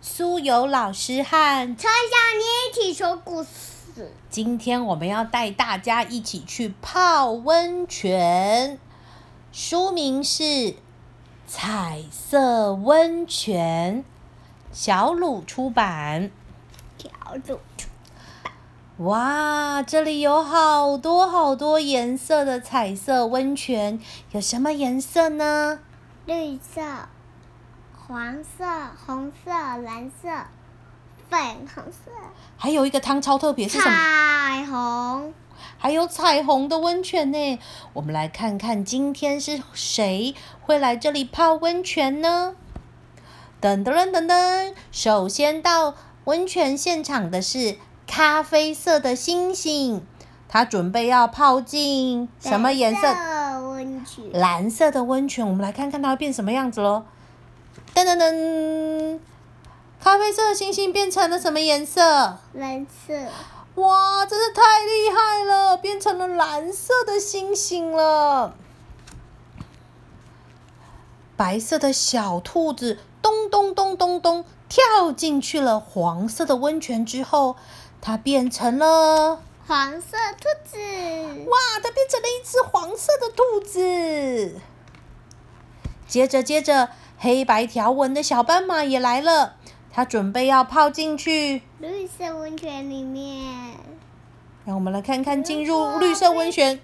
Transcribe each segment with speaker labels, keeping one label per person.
Speaker 1: 苏有老师和
Speaker 2: 陈小妮一起说故事。
Speaker 1: 今天我们要带大家一起去泡温泉，书名是《彩色温泉》，小鲁出版。
Speaker 2: 小鲁，
Speaker 1: 哇，这里有好多好多颜色的彩色温泉，有什么颜色呢？
Speaker 2: 绿色、黄色、红色、蓝色、粉红色、
Speaker 1: 还有一个汤超特别是什么？
Speaker 2: 彩虹。
Speaker 1: 还有彩虹的温泉呢。我们来看看今天是谁会来这里泡温泉呢？噔噔噔噔噔，首先到温泉现场的是咖啡色的星星，它准备要泡进什么颜色？
Speaker 2: 温泉。
Speaker 1: 蓝色的温泉，我们来看看它会变什么样子喽。噔噔噔，咖啡色的星星变成了什么颜色？
Speaker 2: 蓝色。
Speaker 1: 哇，真是太厉害了，变成了蓝色的星星了。白色的小兔子咚咚咚咚咚跳进去了黄色的温泉之后，它变成了哇，
Speaker 2: 黄色兔子。
Speaker 1: 它变成了一只黄色的兔子。接着接着，黑白条纹的小斑马也来了，它准备要泡进去。
Speaker 2: 绿色温泉里面，
Speaker 1: 让我们来看看进入绿色温泉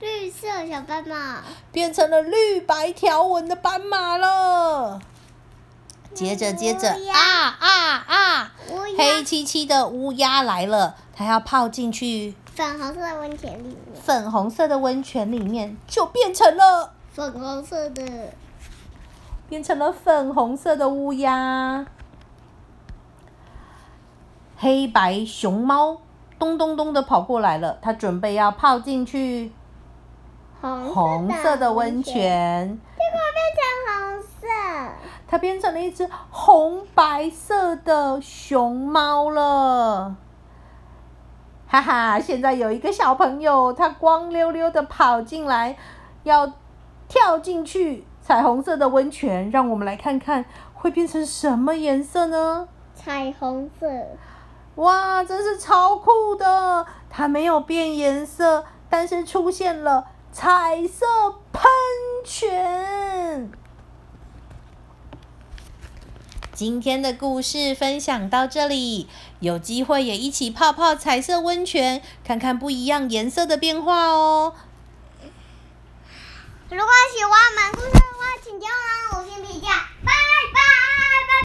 Speaker 2: 绿色小斑马。
Speaker 1: 变成了绿白条纹的斑马了。接着接着
Speaker 2: 乌鸦
Speaker 1: 啊啊啊！
Speaker 2: 乌
Speaker 1: 黑
Speaker 2: 鸦。
Speaker 1: 漆漆的乌鸦来了，它要泡进去
Speaker 2: 粉红色的温泉里面，
Speaker 1: 粉红色的温泉里面，就变成了
Speaker 2: 粉红色的。
Speaker 1: 变成了粉红色的乌鸦。黑白熊猫咚咚咚的跑过来了，它准备要泡进去红
Speaker 2: 红
Speaker 1: 色的温，泉。
Speaker 2: 结果变成红色。
Speaker 1: 它变成了一只红白色的熊猫了。哈哈，现在有一个小朋友，他光溜溜的跑进来，要跳进去彩虹色的温泉，让我们来看看会变成什么颜色呢？
Speaker 2: 彩虹色，
Speaker 1: 哇，真是超酷的！它没有变颜色，但是出现了彩色喷泉。今天的故事分享到这里，有机会也一起泡泡彩色温泉，看看不一样颜色的变化哦。
Speaker 2: 如果喜欢我们故事的话，请给我们